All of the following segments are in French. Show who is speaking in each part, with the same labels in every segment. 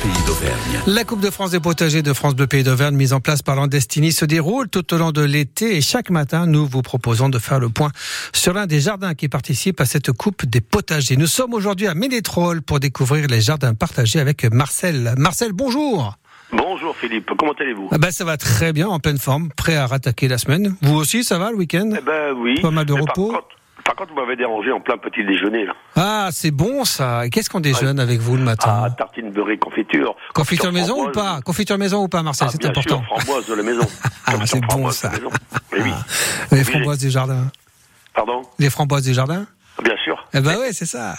Speaker 1: Pays d'Auvergne.
Speaker 2: La Coupe de France des potagers de France Bleu Pays d'Auvergne, mise en place par Landestini, se déroule tout au long de l'été et chaque matin, nous vous proposons de faire le point sur l'un des jardins qui participent à cette Coupe des potagers. Nous sommes aujourd'hui à Ménétrol pour découvrir les jardins partagés avec Marcel. Marcel, bonjour
Speaker 1: Bonjour Philippe, comment allez-vous
Speaker 2: ah ben, Ça va très bien, en pleine forme, prêt à rattaquer la semaine. Vous aussi, ça va le week-end
Speaker 1: Eh ben oui.
Speaker 2: Pas mal de
Speaker 1: Mais
Speaker 2: repos.
Speaker 1: Par contre, par contre, vous m'avez dérangé en plein petit déjeuner. Là.
Speaker 2: Ah, c'est bon ça Et Qu'est-ce qu'on déjeune avec vous le matin
Speaker 1: Ah, tartine beurrée, confiture.
Speaker 2: Confiture maison ou pas
Speaker 1: framboise.
Speaker 2: Confiture maison ou pas, Marcel
Speaker 1: Ah,
Speaker 2: C'est
Speaker 1: bien
Speaker 2: important.
Speaker 1: sûr, framboise de la maison.
Speaker 2: Ah,
Speaker 1: Confiture
Speaker 2: c'est bon,
Speaker 1: framboise de
Speaker 2: ça. Ah.
Speaker 1: la maison. Mais oui,
Speaker 2: Les
Speaker 1: Obligé.
Speaker 2: framboises du jardin.
Speaker 1: pardon
Speaker 2: Les framboises du jardin
Speaker 1: Bien sûr.
Speaker 2: Eh ben ouais, c'est ça.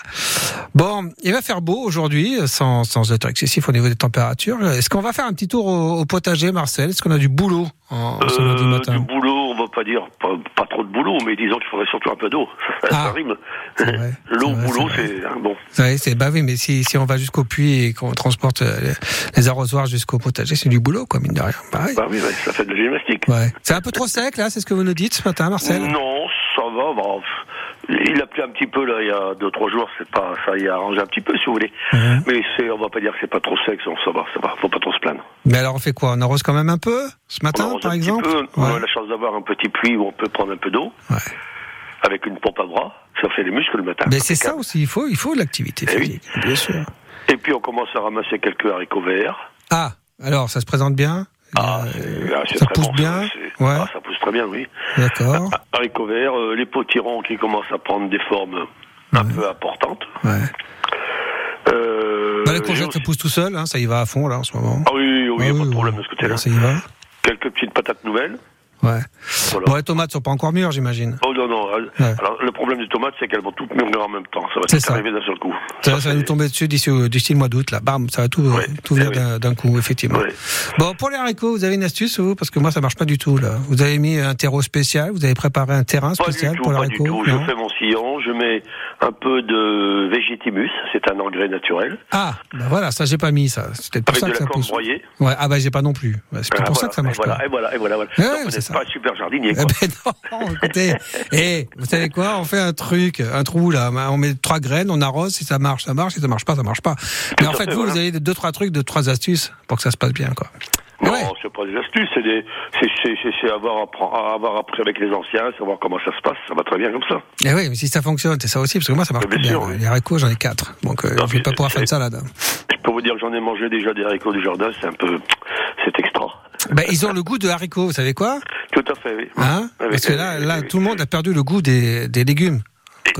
Speaker 2: Bon, il va faire beau aujourd'hui, euh, sans, sans être excessif au niveau des températures. Est-ce qu'on va faire un petit tour au, au potager, Marcel Est-ce qu'on a du boulot en, ce
Speaker 1: Euh,
Speaker 2: Ah, lundi
Speaker 1: du
Speaker 2: matin
Speaker 1: boulot, on va pas dire pas, pas trop de boulot, mais disons qu'il faudrait surtout un peu d'eau. Ça,
Speaker 2: Ah,
Speaker 1: rime.
Speaker 2: c'est vrai, c'est
Speaker 1: L'eau,
Speaker 2: vrai,
Speaker 1: boulot,
Speaker 2: c'est
Speaker 1: c'est hein, bon.
Speaker 2: Ouais, c'est bah oui, mais si, si on va jusqu'au puits et qu'on transporte euh, les, les arrosoirs jusqu'au potager, c'est du boulot, quoi, mine de rien. Bah ouais.
Speaker 1: Bah oui, ouais, ça fait de la gymnastique.
Speaker 2: Ouais. C'est un peu trop sec là, c'est ce que vous nous dites ce matin, Marcel
Speaker 1: Non, ça va. bah, pff, il a plu un petit peu là il y a deux trois jours. C'est pas ça, il a arrangé un petit peu si vous voulez.
Speaker 2: Mhm.
Speaker 1: Mais c'est, on va pas dire que c'est pas trop sec. non, Ça va, ça va. Faut pas trop se plaindre.
Speaker 2: Mais alors on fait quoi On arrose quand même un peu ce
Speaker 1: On
Speaker 2: matin,
Speaker 1: arrose
Speaker 2: par
Speaker 1: un petit
Speaker 2: exemple
Speaker 1: peu. On
Speaker 2: Ouais.
Speaker 1: a la chance d'avoir un petit puits où on peut prendre un peu d'eau
Speaker 2: Ouais.
Speaker 1: avec une pompe à bras. Ça fait les muscles le matin.
Speaker 2: Mais c'est ça aussi, il faut, il faut l'activité
Speaker 1: Eh oui.
Speaker 2: physique, bien sûr.
Speaker 1: Et puis on commence à ramasser quelques haricots verts.
Speaker 2: Ah, alors ça se présente bien
Speaker 1: Ah,
Speaker 2: Euh,
Speaker 1: c'est- ah, c'est
Speaker 2: ça
Speaker 1: très
Speaker 2: pousse
Speaker 1: bon,
Speaker 2: bien.
Speaker 1: c'est-
Speaker 2: Ouais, Oh.
Speaker 1: ah, ça pousse très bien, oui.
Speaker 2: d'accord.
Speaker 1: Ah, Haricots verts, euh, les potirons qui commencent à prendre des formes un
Speaker 2: Mhm.
Speaker 1: peu importantes.
Speaker 2: Ouais.
Speaker 1: Euh,
Speaker 2: Bah, les
Speaker 1: j'ai
Speaker 2: courgettes,
Speaker 1: aussi-
Speaker 2: ça pousse tout seul, hein, ça y va à fond là en ce moment.
Speaker 1: euh, Ah oui, oui, oui,
Speaker 2: Ah
Speaker 1: y a
Speaker 2: oui,
Speaker 1: pas de
Speaker 2: oui,
Speaker 1: problème
Speaker 2: oui.
Speaker 1: de ce côté-là.
Speaker 2: Ça y va.
Speaker 1: Quelques petites patates nouvelles.
Speaker 2: Ouais.
Speaker 1: Voilà.
Speaker 2: Bon, les tomates sont pas encore mûres, j'imagine.
Speaker 1: Oh non, non. euh,
Speaker 2: Ouais.
Speaker 1: Alors, le problème des tomates, c'est qu'elles vont toutes mûrir en même temps. Ça va
Speaker 2: C'est
Speaker 1: tout
Speaker 2: ça.
Speaker 1: arriver d'un seul coup.
Speaker 2: Ça, ça va nous tomber dessus d'ici, au- d'ici le mois d'août, là. Bam, ça va tout,
Speaker 1: Ouais.
Speaker 2: tout venir
Speaker 1: Eh oui.
Speaker 2: d'un, d'un coup, effectivement.
Speaker 1: Ouais.
Speaker 2: Bon, pour les haricots, vous avez une astuce, vous Parce que moi, ça marche pas du tout, là. Vous avez mis un terreau spécial, vous avez préparé un terrain
Speaker 1: Pas du
Speaker 2: spécial
Speaker 1: tout,
Speaker 2: pour les
Speaker 1: pas du
Speaker 2: haricots
Speaker 1: tout. Je
Speaker 2: non
Speaker 1: fais mon sillon, je mets un peu de végétimus, c'est un engrais naturel,
Speaker 2: Ah, bah voilà, ça, j'ai pas mis, ça. C'est peut-être pour
Speaker 1: avec
Speaker 2: ça
Speaker 1: de
Speaker 2: que
Speaker 1: la
Speaker 2: ça
Speaker 1: corne
Speaker 2: pousse.
Speaker 1: broyée.
Speaker 2: Ouais, ah bah, j'ai pas non plus. Ouais, C'est peut-être
Speaker 1: Ah,
Speaker 2: pour ça
Speaker 1: voilà,
Speaker 2: que ça marche
Speaker 1: et voilà,
Speaker 2: pas.
Speaker 1: Et voilà, et voilà, voilà.
Speaker 2: Ouais,
Speaker 1: Donc,
Speaker 2: ouais,
Speaker 1: vous
Speaker 2: c'est
Speaker 1: n'êtes
Speaker 2: ça.
Speaker 1: pas un super jardinier, quoi.
Speaker 2: Eh ben non, écoutez, eh, vous savez quoi On fait un truc, un trou là, Bah, on met trois graines, on arrose, si ça marche, ça marche, si ça marche pas, ça marche pas. Mais
Speaker 1: Tout
Speaker 2: en
Speaker 1: à
Speaker 2: fait,
Speaker 1: fait,
Speaker 2: vous,
Speaker 1: voilà.
Speaker 2: vous avez deux, trois trucs, deux, trois astuces pour que ça se passe bien, quoi. Eh
Speaker 1: Non,
Speaker 2: Ouais.
Speaker 1: c'est pas des astuces, c'est des, c'est, c'est, c'est- c'est avoir, appren- avoir appris avec les anciens, savoir comment ça se passe, ça va très bien comme ça.
Speaker 2: Et oui, eh mais si ça fonctionne, c'est ça aussi, parce que moi, ça marche
Speaker 1: Mais
Speaker 2: pas
Speaker 1: bien
Speaker 2: bien.
Speaker 1: sûr, oui.
Speaker 2: Les haricots, j'en ai quatre, donc euh,
Speaker 1: Non,
Speaker 2: je vais
Speaker 1: mais
Speaker 2: pas pouvoir faire une
Speaker 1: c'est-
Speaker 2: salade. hein.
Speaker 1: Je peux vous dire que j'en ai mangé déjà des haricots du jardin, c'est un peu, c'est extra.
Speaker 2: Ben, ils ont le goût de haricots, vous savez quoi
Speaker 1: Tout à fait, oui.
Speaker 2: hein
Speaker 1: Ah Oui,
Speaker 2: Parce que
Speaker 1: oui,
Speaker 2: là,
Speaker 1: oui,
Speaker 2: là,
Speaker 1: oui,
Speaker 2: tout le
Speaker 1: oui.
Speaker 2: monde a perdu le goût des, des légumes.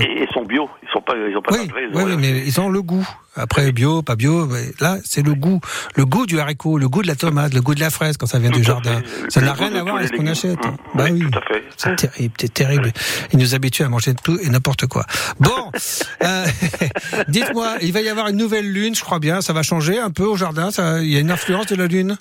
Speaker 1: Et- Et ils sont bio, ils sont pas, ils ont pas
Speaker 2: Oui,
Speaker 1: d'engrais, ils ont
Speaker 2: oui,
Speaker 1: rien.
Speaker 2: oui, mais ils ont le goût. Après, bio, pas bio, mais là, c'est le goût. Le goût du haricot, le goût de la tomate, le goût de la fraise quand ça vient
Speaker 1: Tout
Speaker 2: du
Speaker 1: à
Speaker 2: jardin.
Speaker 1: fait.
Speaker 2: Ça
Speaker 1: Le
Speaker 2: n'a
Speaker 1: goût
Speaker 2: rien
Speaker 1: de
Speaker 2: à voir
Speaker 1: tous
Speaker 2: avec ce
Speaker 1: les
Speaker 2: qu'on
Speaker 1: légumes.
Speaker 2: achète.
Speaker 1: Mmh.
Speaker 2: Bah
Speaker 1: Oui,
Speaker 2: oui.
Speaker 1: tout à fait.
Speaker 2: C'est terrible, c'est terrible. Ils nous habituent à manger tout et n'importe quoi. Bon, euh, dites-moi, il va y avoir une nouvelle lune, je crois bien. Ça va changer un peu au jardin. ça- Il y a une influence de la lune.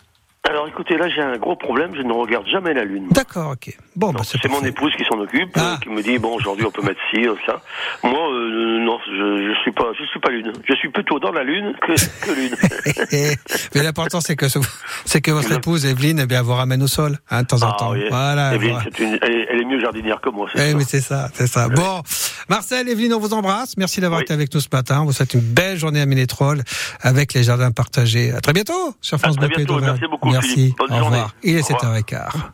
Speaker 1: Alors écoutez, là j'ai un gros problème, je ne regarde jamais la lune.
Speaker 2: D'accord, ok. Bon, bah,
Speaker 1: Non, C'est mon
Speaker 2: parfait.
Speaker 1: épouse qui s'en occupe,
Speaker 2: Ah.
Speaker 1: euh, qui me dit bon aujourd'hui on peut mettre ci, euh, ça. Moi euh, non, je, je suis pas, je suis pas lune. Je suis plutôt dans la lune que, que lune.
Speaker 2: Et- mais l'important, c'est que, ce- c'est que votre épouse, Evelyne, eh bien, vous ramène au sol, hein, de temps en temps.
Speaker 1: oui.
Speaker 2: Voilà.
Speaker 1: Eh bien,
Speaker 2: voilà.
Speaker 1: c'est une- elle, est- elle est mieux jardinière que moi. c'est
Speaker 2: Eh,
Speaker 1: sûr.
Speaker 2: mais c'est ça, c'est ça. Bon, Marcel, Evelyne, on vous embrasse. Merci d'avoir
Speaker 1: Oui.
Speaker 2: été avec nous ce matin. On vous souhaite une belle journée à Ménétrol avec les jardins partagés. À très bientôt sur France
Speaker 1: très
Speaker 2: Bleu Pays
Speaker 1: bientôt,
Speaker 2: d'Auvergne.
Speaker 1: merci beaucoup,
Speaker 2: Merci.
Speaker 1: Philippe. Bonne
Speaker 2: Au
Speaker 1: journée.
Speaker 2: revoir. Il est
Speaker 1: Au revoir.
Speaker 2: 7h15.